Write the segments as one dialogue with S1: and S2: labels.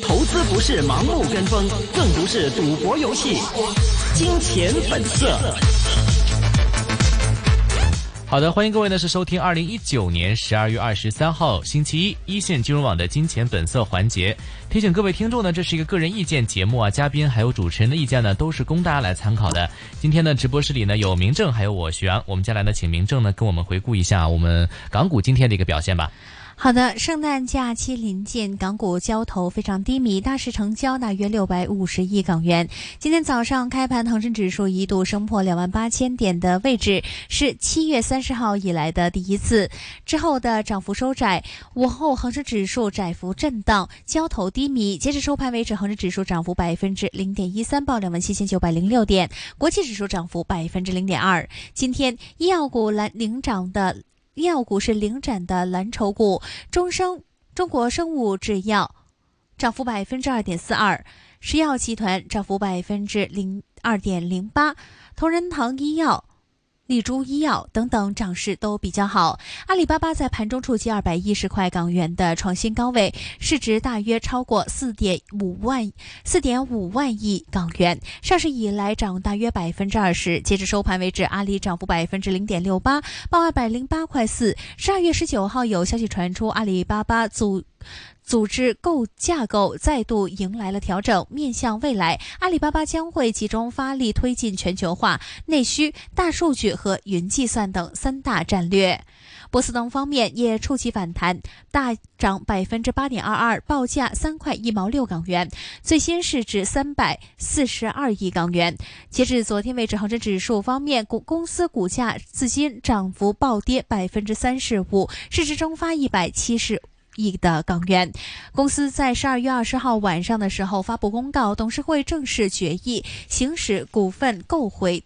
S1: 投资不是盲目跟风，更不是赌博游戏。金钱本色。
S2: 好的，欢迎各位呢是收听二零一九年十二月二十三号星期一一线金融网的金钱本色环节。提醒各位听众呢，这是一个个人意见节目啊，嘉宾还有主持人的意见呢都是供大家来参考的。今天呢，直播室里呢有明正还有我徐阳，我们接下来呢请明正呢跟我们回顾一下我们港股今天的一个表现吧。
S3: 好的，圣诞假期临近，港股交投非常低迷，大市成交大约六百五十亿港元。今天早上开盘，恒生指数一度升破两万八千点的位置，是七月三十号以来的第一次。之后的涨幅收窄，午后恒生指数窄幅震荡，交投低迷。截至收盘为止，恒生指数涨幅百分之零点一三，报两万七千九百零六点；国际指数涨幅百分之零点二。今天医药股来领涨的。医药股是领涨的蓝筹股，中生、中国生物制药涨幅百分之二点四二，石药集团涨幅百分之零二点零八，同仁堂医药。丽珠医药等等涨势都比较好。阿里巴巴在盘中触及二百一十块港元的创新高位，市值大约超过四点五万四点五万亿港元。上市以来涨大约百分之二十。截至收盘为止，阿里涨幅百分之零点六八，报二百零八块四。十二月十九号有消息传出，阿里巴巴组。组织构架构再度迎来了调整。面向未来，阿里巴巴将会集中发力推进全球化、内需、大数据和云计算等三大战略。波司登方面也触及反弹，大涨百分之八点二二，报价三块一毛六港元，最新市值三百四十二亿港元。截至昨天为止，恒生指数方面，股公司股价至今涨幅暴跌百分之三十五，市值蒸发一百七十亿的港元。公司在十二月二十号晚上的时候发布公告，董事会正式决议行使股份购回。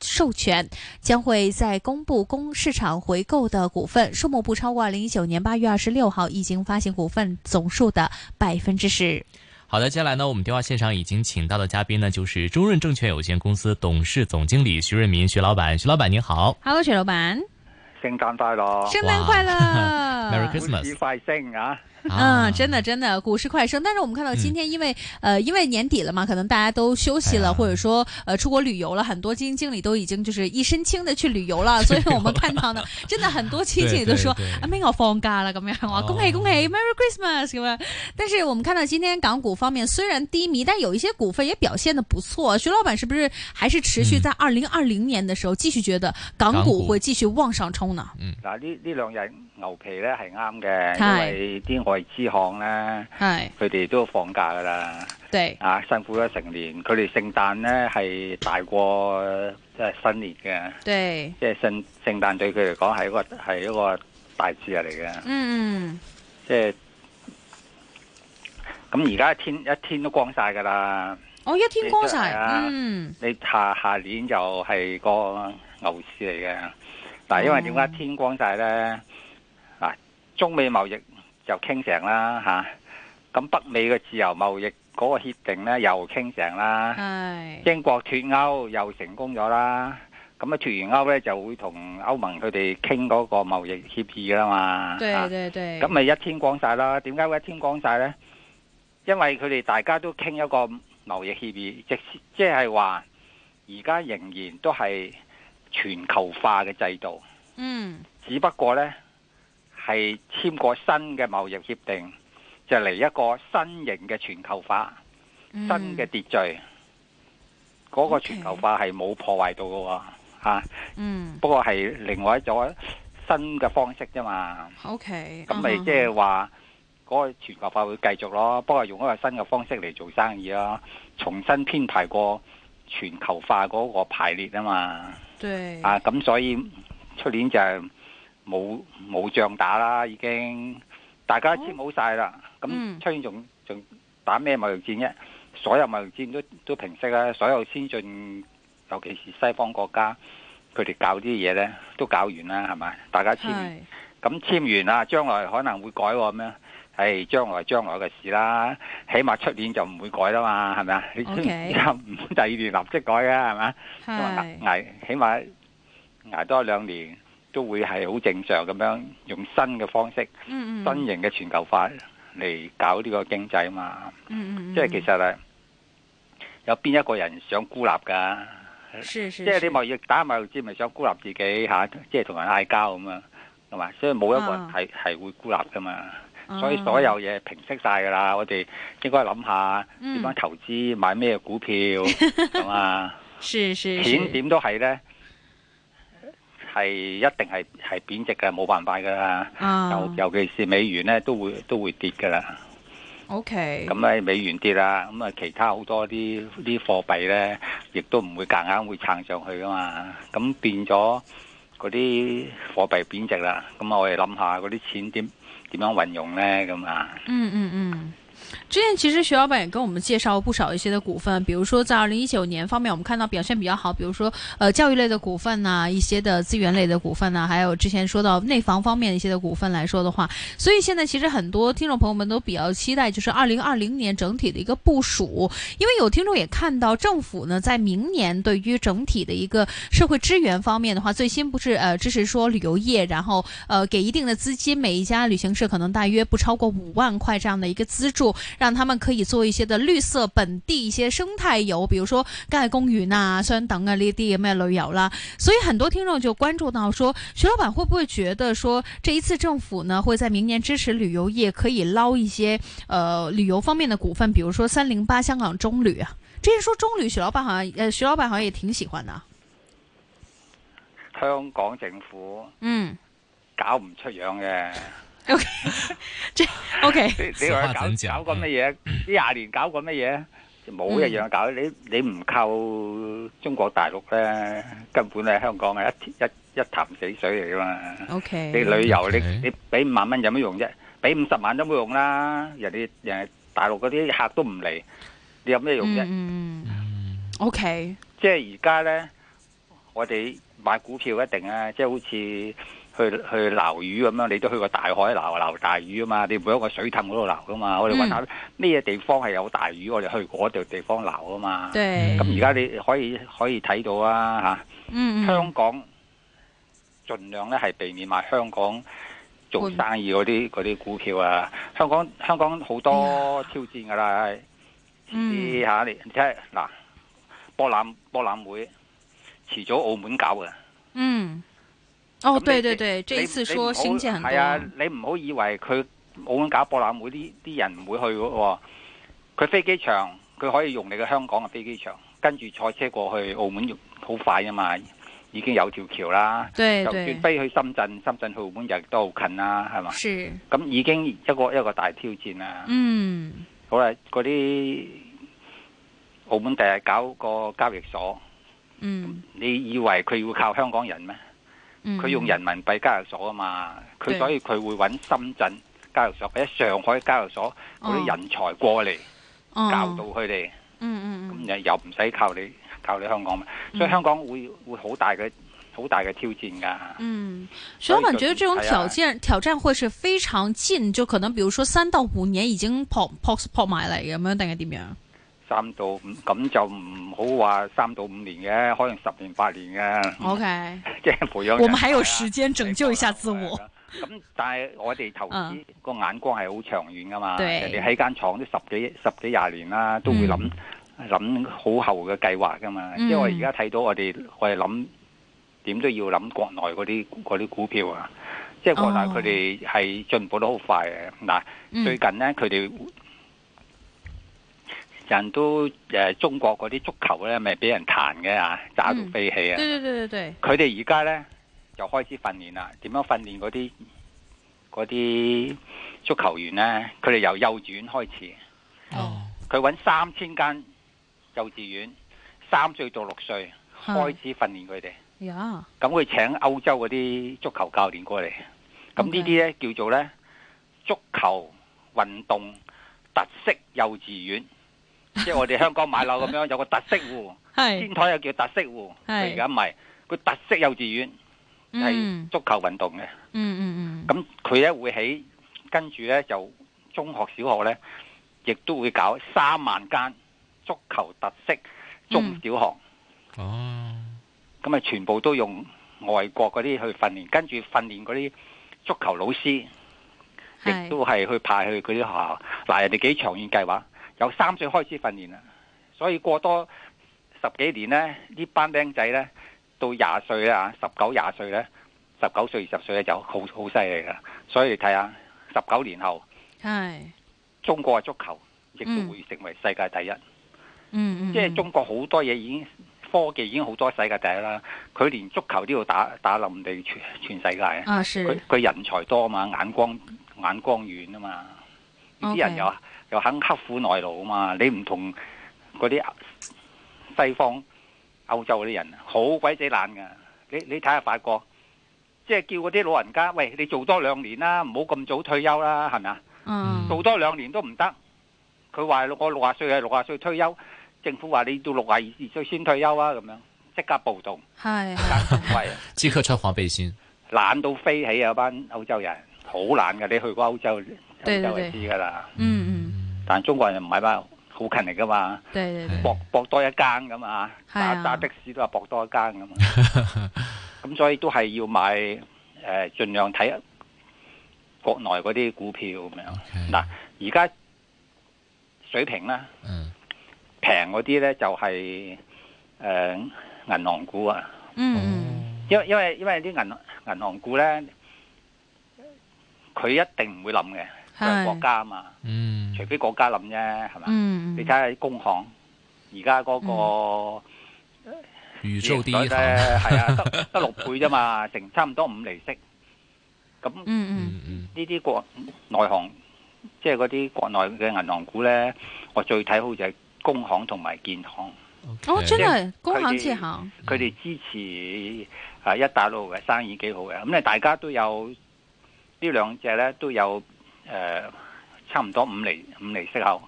S3: 授权将会在公布公市场回购的股份数目不超过二零一九年八月二十六号已经发行股份总数的百分之十。
S2: 好的，接下来呢，我们电话线上已经请到的嘉宾呢，就是中润证券有限公司董事总经理徐润民，徐老板，徐老板您好
S3: Hello，徐老板，
S4: 圣诞快乐，
S3: 圣诞快乐
S2: ，Merry Christmas
S4: 股市快升啊！
S2: 啊嗯
S3: 嗯，啊真的真的，股市快升。但是我们看到今天，因为、呃，因为年底了嘛，可能大家都休息了，
S2: 哎呀
S3: 或者说呃出国旅游了，很多基金经理都已经就是一身轻的去旅游 了。所以我们看到呢，真的很多基金经理都说
S2: 对对对
S3: 阿明我放假了咁樣，我話
S2: 哦
S3: 恭喜恭喜，Merry Christmas 咁樣。但是我们看到今天港股方面虽然低迷，但有一些股份也表现的不错。徐老板是不是还是持续在二零二零年的时候继续觉得港
S2: 嗯港
S3: 股
S2: 股
S3: 会继续往上冲呢？
S4: 嗱，呢呢兩日牛皮咧係啱嘅，因
S3: 係
S4: 為啲外資行咧，
S3: 係
S4: 佢哋都放假噶啦，
S3: 對，
S4: 啊辛苦咗成年，佢哋聖誕咧係大過即係新年嘅，
S3: 對，
S4: 即係聖聖誕對佢嚟講係一個係一個大節日嚟嘅，
S3: 嗯嗯，
S4: 即係咁而家一天一天都光晒噶啦，
S3: 我一天光晒
S4: 係，啊
S3: 嗯。
S4: 你下下年就係個牛市嚟嘅。嗱，因為點解
S3: 哦
S4: 天光晒咧？嗱，中美貿易就傾成啦吓，咁、北美嘅自由貿易嗰個協定咧又傾成
S3: 啊
S4: 啦，
S3: 系
S4: 英國脱歐又成功咗啦。咁啊，脱完歐咧就會同歐盟佢哋傾嗰個貿易協議啦嘛。啊
S3: 对对对，
S4: 咁咪一天光晒啦？點解會一天光晒呢？因為佢哋大家都傾一個貿易協議，即即係話而家仍然都係全球化嘅制度，
S3: 嗯
S4: 只不過呢係簽過新嘅貿易協定，就嚟一個新型嘅全球化、
S3: 新
S4: 新嘅秩序。嗰、個
S3: OK
S4: 全球化係冇破壞到嘅喎、嚇
S3: 嗯
S4: 不過係另外一種新嘅方式啫嘛。
S3: ，OK，
S4: 咁咪
S3: 嗯哼
S4: 即係話嗰個全球化會繼續咯，不過用一個新嘅方式嚟做生意啦，重新編排過全球化嗰個排列啊嘛，
S3: 对
S4: 啊咁所以出年就係冇冇仗打啦，已經大家簽好晒啦，
S3: 嗯
S4: 咁出年仲仲打咩貿易戰啫？所有貿易戰都都平息啦，所有先進尤其是西方國家，佢哋搞啲嘢呢都搞完啦，係咪？大家簽完
S3: 系
S4: 咁簽完啦，將來可能會改喎咁樣。係將來將來嘅事啦，起碼出年就唔會改啦嘛，係咪啊？你
S3: OK
S4: 又唔會第二年立即改嘅係咪啊？因為
S3: 系
S4: 捱捱起碼捱多兩年，都會係好正常咁樣用新嘅方式、
S3: 嗯嗯，
S4: 新型嘅全球化嚟搞呢個經濟啊嘛。
S3: 嗯嗯，
S4: 即係其實係有邊一個人想孤立㗎？
S3: 是是，
S4: 即係你貿易打貿易戰，咪想孤立自己嚇、即係同人嗌交咁樣，係嘛？所以冇一個人
S3: 啊
S4: 係係會孤立㗎嘛。
S3: 啊
S4: 所以所有嘢平息晒㗎啦，我哋應該諗下點樣
S3: 嗯
S4: 投資，買 咩股票咁啊？
S3: 是是
S4: 錢
S3: 是，
S4: 點都係呢，係一定係係貶值嘅，冇辦法㗎啦。尤
S3: 啊
S4: 尤其是美元呢，都會都會跌㗎啦。
S3: ，OK，
S4: 咁咧美元跌啦，咁啊其他好多啲啲貨幣咧，亦都唔會夾硬會撐上去噶嘛。咁變咗嗰啲貨幣貶值啦。咁我哋諗下嗰啲錢點點樣運用咧咁啊？
S3: 嗯嗯嗯。之前其实徐老板也跟我们介绍不少一些的股份，比如说在二零一九年方面，我们看到表现比较好，比如说呃教育类的股份呐、一些的资源类的股份呐、还有之前说到内房方面的一些的股份来说的话，所以现在其实很多听众朋友们都比较期待，就是二零二零年整体的一个部署，因为有听众也看到政府呢在明年对于整体的一个社会支援方面的话，最新不是呃支持说旅游业，然后呃给一定的资金，每一家旅行社可能大约不超过五万块这样的一个资助，让他们可以做一些的绿色本地一些生态游，比如说盖公园啊、相等啊呢啲咁嘅旅游啦。所以很多听众就关注到说，徐老板会不会觉得说，这一次政府呢会在明年支持旅游业，可以捞一些呃旅游方面的股份，比如说三零八香港中旅啊。之前说中旅，徐老板好像呃，徐老板好像也挺喜欢的啊。
S4: 香港政府
S3: 嗯
S4: 搞唔出樣嘅，
S3: ，OK，
S4: 你你
S2: 此
S4: 話
S2: 話怎講
S4: 搞搞過乜嘢？呢廿年搞過乜嘢？冇一樣搞，你你唔靠中國大陸咧，根本係香港係一一一潭死水嚟噶嘛。
S3: OK，
S4: 你旅遊
S2: OK
S4: 你你俾五萬蚊有咩用啫？俾五十萬都冇用啦！人哋人哋大陸嗰啲客都唔嚟，你有咩用啫？
S3: 嗯嗯，OK，
S4: 即係而家呢，我哋買股票一定啊，即係好似去去撈魚咁樣，你都去過大海撈撈大魚啊嘛，你唔會喺個水氹嗰度撈噶嘛。我哋
S3: 嗯
S4: 揾下咩地方係有大魚，我哋去嗰度地方撈啊嘛。
S3: 對，
S4: 咁而家你可以可以睇到啊嚇。
S3: 嗯嗯
S4: 香港盡量咧係避免買香港做生意嗰
S3: 嗯
S4: 啲嗰啲股票啊！香港香港好
S3: 哎
S4: 多挑戰㗎啦，
S3: 嗯
S4: 遲啲嚇你你睇下嗱，博覽博覽會遲早澳門搞嘅。
S3: 嗯，哦，
S4: 咁你
S3: 對對對，這一
S4: 你
S3: 次
S4: 你唔好
S3: 說新建很多，
S4: 係啊，你唔好以為佢澳門搞博覽會啲啲人唔會去嘅喎，佢飛機場佢可以用你嘅香港嘅飛機場，跟住坐車過去澳門好快啊嘛，已經有條橋啦。
S3: 對
S4: 就算
S3: 對，
S4: 飛去深圳，深圳去澳門亦都好近啦，係嘛？
S3: 是，
S4: 咁已經一個一個大挑戰啦。
S3: 嗯
S4: 好啦，嗰啲澳門第日搞個交易所，
S3: 嗯
S4: 你以為佢要靠香港人咩？
S3: 嗯，
S4: 佢用人民幣交易所啊嘛，佢
S3: 對
S4: 所以佢會揾深圳交易所或者上海交易所
S3: 哦
S4: 嗰啲人才過嚟
S3: 搞
S4: 教導佢哋，
S3: 嗯哦嗯
S4: 咁又又唔使靠你靠你香港嘛，所以
S3: 嗯
S4: 香港會會好大嘅好大嘅挑戰㗎。
S3: 嗯，徐老板觉得这
S4: 啊
S3: 种挑战挑战会是非常近，就可能比如说三到五年已经扑扑扑埋嚟咁样，定系点样？
S4: 三到五咁就唔好話三到五年嘅，可能十年八年嘅。
S3: OK，
S4: 即嗯係培養人才啊。
S3: 我们还有时间拯救一下自我。
S4: 咁但係我哋投資
S3: 嗯
S4: 個眼光係好長遠噶嘛，
S3: 對
S4: 人哋喺間廠都十幾十幾廿年啦，都會諗諗好後嘅計劃噶嘛。
S3: 嗯
S4: 因為我而家睇到我哋我哋諗點都要諗國內嗰啲嗰啲股票啊，即係國內
S3: 哦
S4: 佢哋係進步得好快嘅嗱。
S3: 嗯
S4: 最近呢，佢哋人都誒、呃中國嗰啲足球咧，咪俾人彈嘅啊，炸到
S3: 嗯
S4: 飛起
S3: 对
S4: 啊！
S3: 对对对对，
S4: 佢哋而家呢，就開始訓練啦，點樣訓練嗰啲嗰啲足球員呢？佢哋由幼稚園開始，
S2: 哦，
S4: 佢揾三千間幼稚園，三歲到六歲開始訓練佢哋。
S3: 哎呀，
S4: 咁佢請歐洲嗰啲足球教練過嚟，咁
S3: OK
S4: 呢啲呢叫做呢足球運動特色幼稚 園，即係我哋香港買樓咁樣有個特色户，
S3: 系
S4: 天台又叫特色户，
S3: 係
S4: 佢而家唔係，佢特色幼稚園係
S3: 嗯
S4: 足球運動嘅，
S3: 嗯嗯嗯，
S4: 咁佢呢會喺跟住呢就中學、小學呢，亦都會搞三萬間足球特色中小學。
S2: 哦，
S4: 咁啊，全部都用外國嗰啲去訓練，跟住訓練嗰啲足球老師，亦
S3: 係
S4: 都係去派去嗰啲學校。嗱，人哋幾長遠計劃，由三歲開始訓練啦，所以過多十幾年呢，呢班僆仔呢，到廿歲啦，十九廿歲呢，十九歲二十歲咧就好好犀利啦。所以你睇下，十九年後
S3: 係，
S4: 中國嘅足球亦
S3: 嗯
S4: 都會成為世界第一。
S3: 嗯嗯，
S4: 即係中國好多嘢已經科技已經好多世界第一啦，佢連足球都要打打冧地全全世界啊！
S3: 啊
S4: 佢
S3: 是，
S4: 佢人才多啊嘛，眼光眼光遠啊嘛，啲
S3: OK
S4: 人又又肯刻苦耐勞啊嘛，你唔同嗰啲西方歐洲嗰啲人好鬼死懶噶，你你睇下法國，即係叫嗰啲老人家，喂，你做多兩年啦，唔好咁早退休啦，係咪啊？
S3: 嗯
S4: 做多兩年都唔得。佢話我六啊歲係六啊歲退休，政府話你到六啊二歲先退休啊，咁樣即刻 暴動，
S3: 係
S4: 但
S3: 係
S4: 係唔係啊
S2: 即刻穿黃背心。
S4: 懶到飛起啊！班歐洲人好懶嘅，你去過歐洲，
S3: 對
S4: 歐洲
S3: 對
S4: 就知㗎啦。
S3: 嗯嗯，
S4: 但中國人唔係嘛，好勤力㗎嘛，
S3: 對對對，
S4: 搏搏多一間㗎嘛，
S3: 嗯係啊
S4: 打打的士都係搏多一間㗎 嘛。咁所以都係要買誒，呃盡量睇國內嗰啲股票咁樣。嗱，而家水平咧。
S2: 嗯
S4: 平嗰啲咧就係、誒、銀行股啊，
S3: 嗯嗯，
S2: 哦
S4: 因為因為因為啲銀銀行股咧，佢一定唔會冧嘅，佢係國
S3: 係，
S4: 家啊嘛，
S2: 嗯
S4: 除非國家冧啫，係嘛？
S3: 嗯
S4: 你睇
S3: 嗯，
S4: 下工行而家嗰個
S2: 宇
S4: 利
S2: 宙
S4: 率
S2: 第一
S4: 咧，
S3: 嗯
S2: 行。
S4: 係 啊，得得六倍啫嘛，成差唔多五厘息。咁呢
S3: 嗯嗯，
S2: 嗯
S4: 啲國內行，即係嗰啲國內嘅銀行股咧，我最睇好就係工行同埋建行。
S2: 嗯，OK，
S3: 哦，真係工
S4: 佢
S3: 行
S4: 哋
S3: 建行，
S4: 佢哋支持啊一帶一路嘅生意幾好嘅，咁咧大家都有呢兩隻咧都有誒、呃差唔多五厘五厘息口，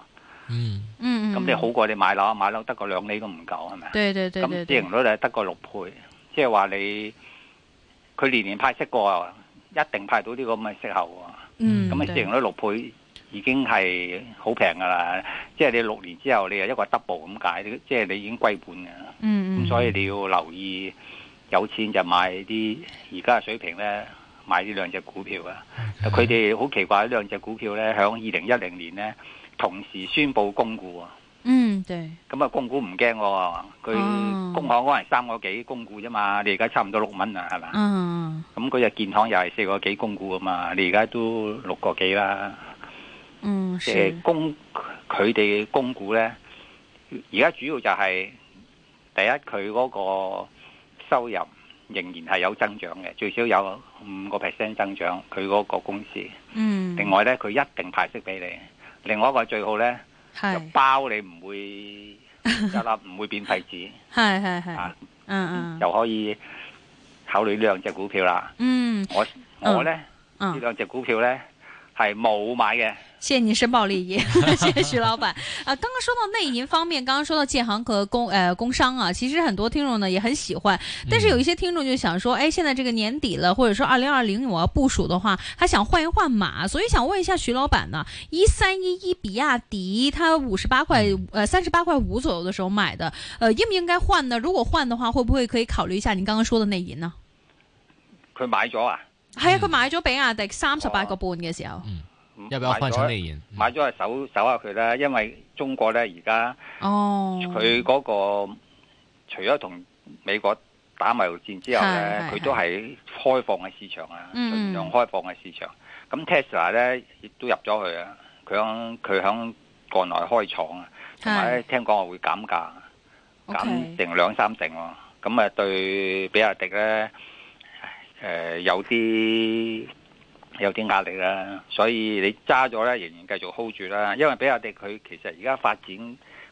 S2: 嗯
S3: 嗯嗯，
S4: 咁你好，過你買樓，買樓得個兩厘都唔夠係咪啊？
S3: 對對對對
S4: 咁市
S3: 對
S4: 盈，率咧得個六倍，即係話你佢年年派息過，一定派到呢個咁嘅息口
S3: 嗯，
S4: 喎，咁啊市
S3: 對
S4: 盈率六倍。已經係好平㗎啦，即係你六年之後，你又一個 double 咁解，即係你已經歸本㗎。
S3: 嗯
S4: 咁
S3: 嗯，
S4: 所以你要留意，有錢就買啲而家嘅水平咧，買呢兩隻股票啊。佢哋好奇怪，呢兩隻股票咧，響二零一零年咧，同時宣布供股啊。
S3: 嗯對，
S4: 咁啊，供股唔驚喎，佢
S3: 哦
S4: 工行可能三個幾供股啫嘛，你而家差唔多六蚊啊啦，係咪？
S3: 嗯
S4: 咁嗰只建行又係四個幾供股啊嘛，你而家都六個幾啦。
S3: 嗯
S4: 即
S3: 是
S4: 係，供佢哋供股咧，而家主要就係、第一佢嗰個收入仍然係有增長嘅，最少有五個 percent 增長。佢嗰個公司，
S3: 嗯，
S4: 另外咧佢一定派息俾你。另外一個最好咧，就
S3: 係
S4: 包你唔會一 粒唔會變廢紙
S3: 係係係
S4: 啊，，
S3: 嗯嗯
S4: 就可以考慮呢兩隻股票啦。
S3: 嗯
S4: 我
S3: 嗯
S4: 我咧呢
S3: 嗯。
S4: 兩隻股票咧係冇買嘅。
S3: 谢谢您申报利益， 谢谢徐老板。啊，刚刚说到内银方面，刚刚说到建行和工呃工商啊，其实很多听众呢也很喜欢，但是有一些听众就想说，哎，现在这个年底了，或者说二零二零我要部署的话，他想换一换码，所以想问一下徐老板呢，一三一一比亚迪，它五十八块呃三十八块五左右的时候买的，呃，应不应该换呢？如果换的话，会不会可以考虑一下您刚刚说的内银呢？
S4: 佢買咗啊！
S3: 系啊，佢買咗比亞迪三十八個半嘅時候，
S2: 要不要換成
S4: 買咗
S2: 內銀？
S4: 買咗去搜搜下佢啦，因為中國咧而家
S3: 哦，
S4: 佢嗰個除咗同美國打貿易戰之後咧，
S3: 係係
S4: 佢都係開放嘅市場啊，
S3: 嗯
S4: 盡量開放嘅市場。咁 Tesla 咧亦都入咗去啊，佢響佢響國內開廠啊，同埋咧
S3: 係
S4: 聽講話會減價，減
S3: OK
S4: 成兩三成喎。咁啊對比亞迪咧，誒、有啲。有啲壓力啦，所以你揸咗咧，仍然繼續 hold 住啦。因為比亞迪佢其實而家發展，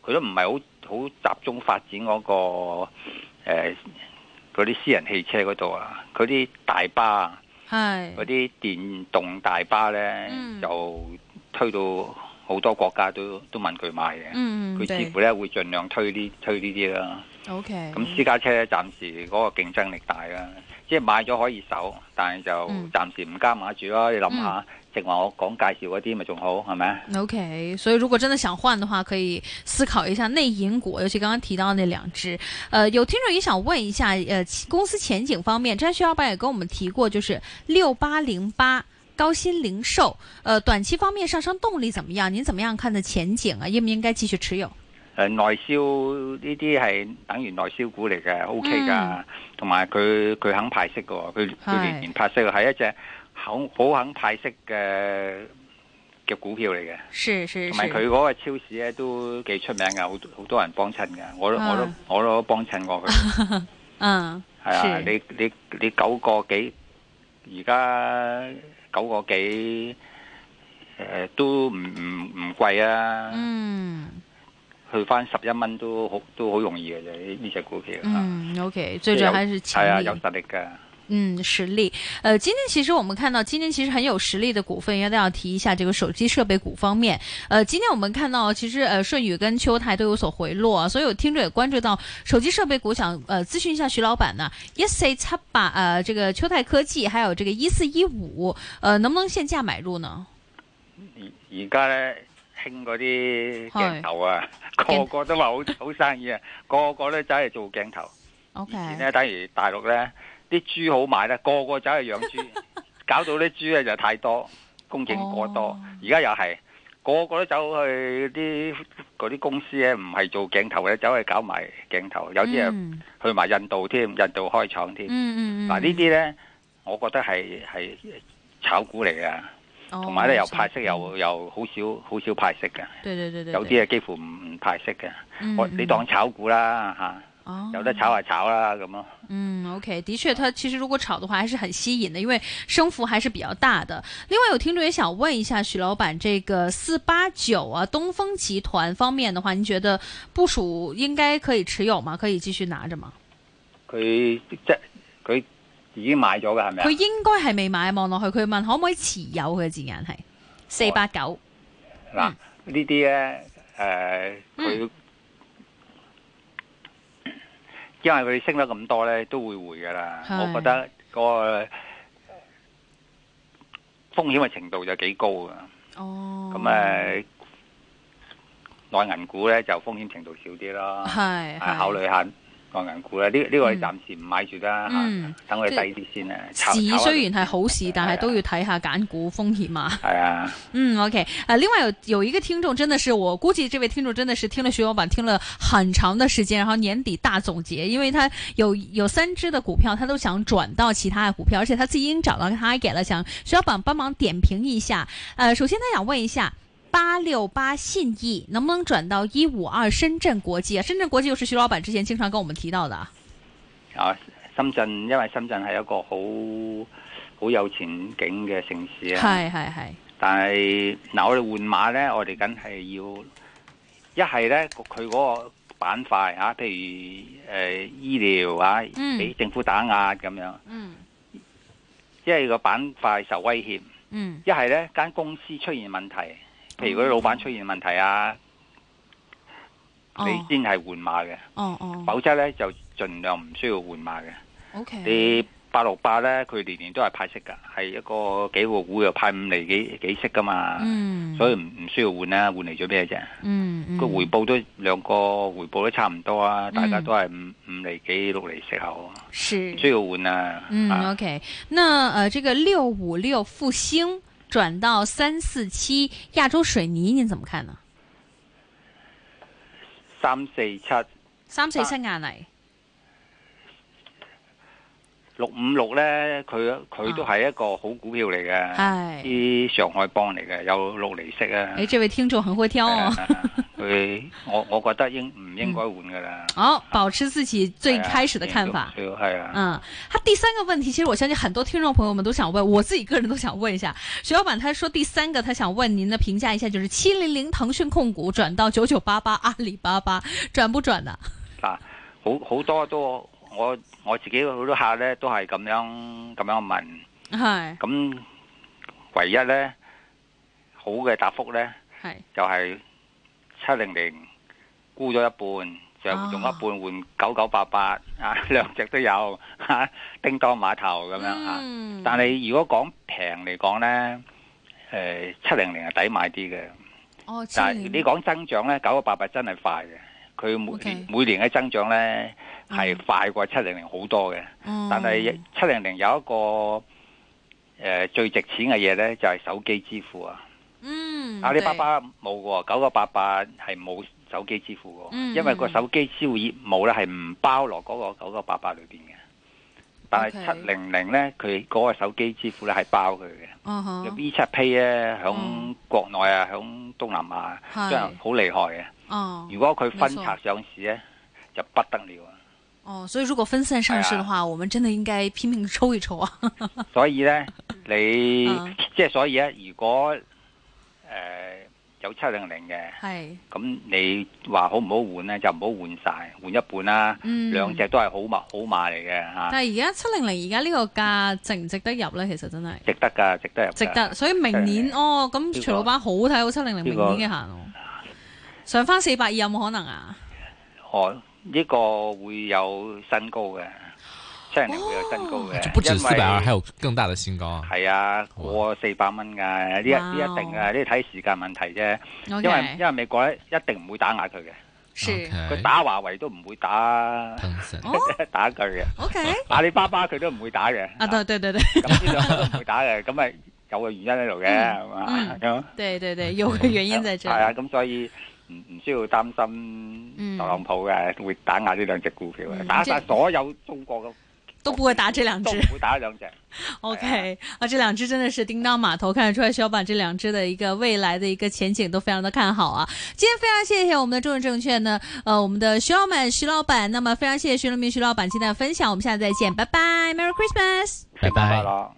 S4: 佢都唔係好好集中發展嗰、個呃嗰啲私人汽車嗰度啊，嗰啲大巴啊，
S3: 係
S4: 嗰啲電動大巴咧，
S3: 嗯
S4: 就推到好多國家都都問佢買嘅。
S3: 嗯，
S4: 佢
S3: 對
S4: 似乎咧會盡量推呢推呢啲啦。
S3: OK，
S4: 咁私家車咧，暫時嗰個競爭力大啦。即係買咗可以守，但係就
S3: 嗯
S4: 暫時唔加碼住咯。你諗下，正話我講介紹嗰啲咪仲好係咪啊？
S3: 嗯 OK，所以如果真的想換的話，可以思考一下內銀股，尤其剛剛提到那兩隻。呃，有聽眾也想問一下，呃，其公司前景方面，之前徐老板也跟我們提過，就是六八零八高鑫零售，呃，短期方面上升動力怎麼樣？您怎麼樣看的前景啊？應不應該繼續持有？
S4: 誒內銷呢啲係等於內銷股嚟嘅，O K 㗎。同埋佢佢肯派息嘅喎，佢佢
S3: 嗯係
S4: 年年派息喎，係一隻肯好肯派息嘅嘅股票嚟嘅。
S3: 是是
S4: 同埋佢
S3: 是，
S4: 嗰個超市咧都幾出名㗎，好多好多人幫襯㗎。我都我都
S3: 啊
S4: 我都幫襯過佢。
S3: 嗯，
S4: 係啊，
S3: 是
S4: 你你你九個幾，而家九個幾，誒、都唔唔唔貴啊，
S3: 嗯
S4: 去翻十一蚊都好都好容易嘅啫，呢呢只股票。啊
S3: 嗯，OK，最主要還是
S4: 係啊，
S3: 潛
S4: 有
S3: 力。
S4: 實力嘅。
S3: 嗯，实力。呃，今天其实我们看到，今天其实很有实力的股份，应该要提一下这个手机设备股方面。呃，今天我们看到，其实呃舜宇跟秋台都有所回落啊，所以有听众也关注到手机设备股，想呃咨询一下徐老板呢，一四七八呃这个秋泰科技，还有这个一四一五，呃能不能限价买入呢？
S4: 而而家咧興嗰啲鏡
S3: 係
S4: 頭啊，個
S3: 鏡
S4: 個都話好好生意啊，個個都走去做鏡頭。以
S3: OK，
S4: 前咧，等如大陸咧，啲豬好賣咧，個個走去養 豬，搞到啲豬咧就太多，供應過多
S3: 哦。
S4: 而家又係個個都走去啲嗰啲公司咧，唔係做鏡頭嘅，走去搞埋鏡頭，有啲啊
S3: 嗯
S4: 去埋印度添，印度開廠添。
S3: 嗯嗯，
S4: 嗱呢啲咧，我覺得係係炒股嚟嘅，同
S3: 同
S4: 埋咧又派息
S3: 嗯
S4: 又又好少好少派息嘅，
S3: 对对对对，
S4: 有啲啊幾乎唔唔派息嘅。
S3: 嗯
S4: 我你當炒股啦嚇，
S3: 嗯
S4: 有得
S3: 哦
S4: 炒就炒啦咁咯。
S3: 嗯，OK，的确，它其实如果炒的话还是很吸引的，因为升幅还是比较大的。另外有听众也想问一下许老板，这个四八九啊，东风集团方面的话，您觉得部署应该可以持有吗？可以继续拿着吗？
S4: 佢即佢已經買咗嘅係咪啊
S3: 佢？應該係未買，望落去佢問可唔可以持有佢嘅字眼係四八九，嗯
S4: 嗱呢啲咧誒佢。因為佢升得咁多咧，都會回噶啦。
S3: 係
S4: 我覺得個風險嘅程度就幾高噶。
S3: 哦，
S4: 咁誒、內銀股咧就風險程度少啲咯。
S3: 係
S4: 啊
S3: 係
S4: 考慮下內銀股咧，呢、呢個你
S3: 嗯
S4: 暫時唔買住啦，嚇
S3: 嗯
S4: 等佢
S3: 即係
S4: 低啲先啦。炒
S3: 市
S4: 炒下
S3: 雖
S4: 佢
S3: 然係好事，但係都要睇下揀股風險啊。
S4: 係啊。
S3: 嗯，OK，呃，另外有有一个听众真的是，我估计这位听众真的是听了徐老板听了很长的时间，然后年底大总结，因为他有有三只的股票，他都想转到其他的股票，而且他自己已经找到他给了，想徐老板帮忙点评一下。呃，首先他想问一下。八六八信义能不能转到一五二深圳国际啊？深圳国际又是徐老板之前经常跟我们提到的啊。
S4: 啊，深圳因為深圳係一個好好有前景嘅城市啊，
S3: 系系
S4: 但係嗱，我哋換馬呢，我哋梗係要一係呢，佢嗰個板塊啊，譬如誒、呃、醫療啊，
S3: 嗯
S4: 俾政府打壓咁樣，
S3: 嗯
S4: 即係個板塊受威脅；
S3: 嗯
S4: 一係呢間公司出現問題，譬如嗰啲老闆出現問題啊，
S3: 哦
S4: 你先係換馬嘅，
S3: 哦哦
S4: 否則呢，就盡量唔需要換馬嘅。
S3: ，OK，
S4: 你八六八咧，佢年年都係派息㗎，係一個幾個股又派五厘幾幾息㗎嘛，
S3: 嗯，
S4: 所以唔唔需要換啦，換嚟做咩啫？
S3: 嗯嗯
S4: 個、回報都兩個回報都差唔多啊，大家
S3: 嗯
S4: 都係五五厘幾六厘息口，
S3: 是
S4: 唔需要換啊。
S3: 嗯
S4: 啊
S3: ，OK，那呃，这个六五六复兴转到三四七亚洲水泥，您怎么看呢？
S4: 三四七
S3: 三四七
S4: 啊
S3: 亞泥，
S4: 六五六咧，佢佢都係一個好股票嚟嘅，
S3: 哎，
S4: 啲上海幫嚟嘅，有六厘息啊。
S3: 哎，这位聽眾很會挑哦。
S4: 係啊佢我我覺得應唔應該換㗎啦？
S3: 好，保持自己哦最開始的看法。
S4: 係啊係啊。
S3: 嗯，他第三個問題，其實我相信很多聽眾朋友們都想問，我自己個人都想問一下，徐老板他說第三個，他想問您的評價一下，就是七零零騰訊控股轉到九九八八阿里巴巴，轉不轉呢？
S4: 嗱，好好多都我我自己好多客咧都係咁樣咁樣問，
S3: 係
S4: 咁唯一咧好嘅答覆咧
S3: 係
S4: 就係七零零沽咗一半，就用一半換九九八八啊， 兩隻都有啊，叮當碼頭咁樣啊。
S3: 嗯
S4: 但係如果講平嚟講呢，誒七零零係抵買啲嘅。
S3: 哦，七
S4: 但係
S3: 零
S4: 你講增長呢，九個八八真係快嘅，佢每
S3: OK
S4: 每年嘅增長呢，係
S3: 嗯
S4: 快過七零零好多嘅。
S3: 嗯
S4: 但係七零零有一個誒、呃最值錢嘅嘢呢，就係、手機支付啊！
S3: 嗯，
S4: 阿里巴
S3: 对
S4: 巴冇嘅喎，九個八八係冇手機支付嘅喎，
S3: 嗯
S4: 因為個手機支付業務呢係唔包落嗰個九個八八裏邊嘅。但係
S3: OK
S4: 七零零呢，佢嗰個手機支付呢係包佢嘅。
S3: 嗯
S4: 有
S3: 哼，
S4: V7 Pay 咧，
S3: 嗯
S4: 響國內啊，響東南亞
S3: 係
S4: 真係好厲害嘅。
S3: 哦
S4: 如果佢分拆上市咧，就不得了啊！
S3: 哦，所以如果分散上市的话，我们真的应该拼命抽一抽啊。
S4: 所以咧，你
S3: 嗯
S4: 即係所以咧，如果誒、呃有七零零嘅，
S3: 系，
S4: 咁你話好唔好換咧？就唔好換晒，換一半啦。
S3: 嗯，
S4: 兩隻都係好馬好馬嚟嘅嚇，
S3: 但系而家七零零而家呢個價值唔值得入呢？其實真係
S4: 值得㗎，值得入㗎。
S3: 值得，啊所以明年
S4: 700
S3: 哦，咁
S4: 個
S3: 徐老闆好睇好七零零
S4: 呢
S3: 明
S4: 個
S3: 年嘅行喎，上翻四百二有冇可能啊？
S4: 哦，呢、個會有新高嘅，七零零會有新高
S3: 哦
S4: 嘅，
S2: 不止
S4: 因
S2: 四
S4: 為
S2: 百
S3: 啊
S2: 二，还有更大的新高啊！
S4: 係啊，過四百蚊㗎，呢一呢
S3: 哇
S4: 一定啊，呢睇時間問題啫。
S3: 因
S4: 因為因為美國咧一定唔會打壓佢嘅，
S3: 是
S2: OK
S4: 佢打華為都唔會打
S2: 腾讯
S3: 哦
S4: 打佢嘅，
S3: OK
S4: 阿里巴巴佢都唔會打嘅。
S3: 啊，对對對對
S4: 咁呢兩個都唔會打嘅，咁咪有個原因喺度嘅，係嘛
S3: 嗯
S4: 咁。
S3: 對對對，有個原因在這
S4: 係啊，
S3: 裡。
S4: 咁所以唔唔需要擔心特朗普嘅會打壓呢兩隻股票嘅，
S3: 嗯
S4: 打
S3: 即
S4: 晒所有中國嘅
S3: 都不會打這兩隻
S4: 都唔會打呢兩隻。
S3: OK 啊，这兩隻真的是叮當碼頭，看得出來，徐老闆這兩隻的一個未來的一個前景都非常的看好啊。今天非常謝謝我們的中润證券呢，呃，我們的徐老闆徐老闆，那麼非常謝謝徐立明徐老闆今天的分享，我們下次再見，拜拜，Merry Christmas。
S2: 拜拜
S4: 咯。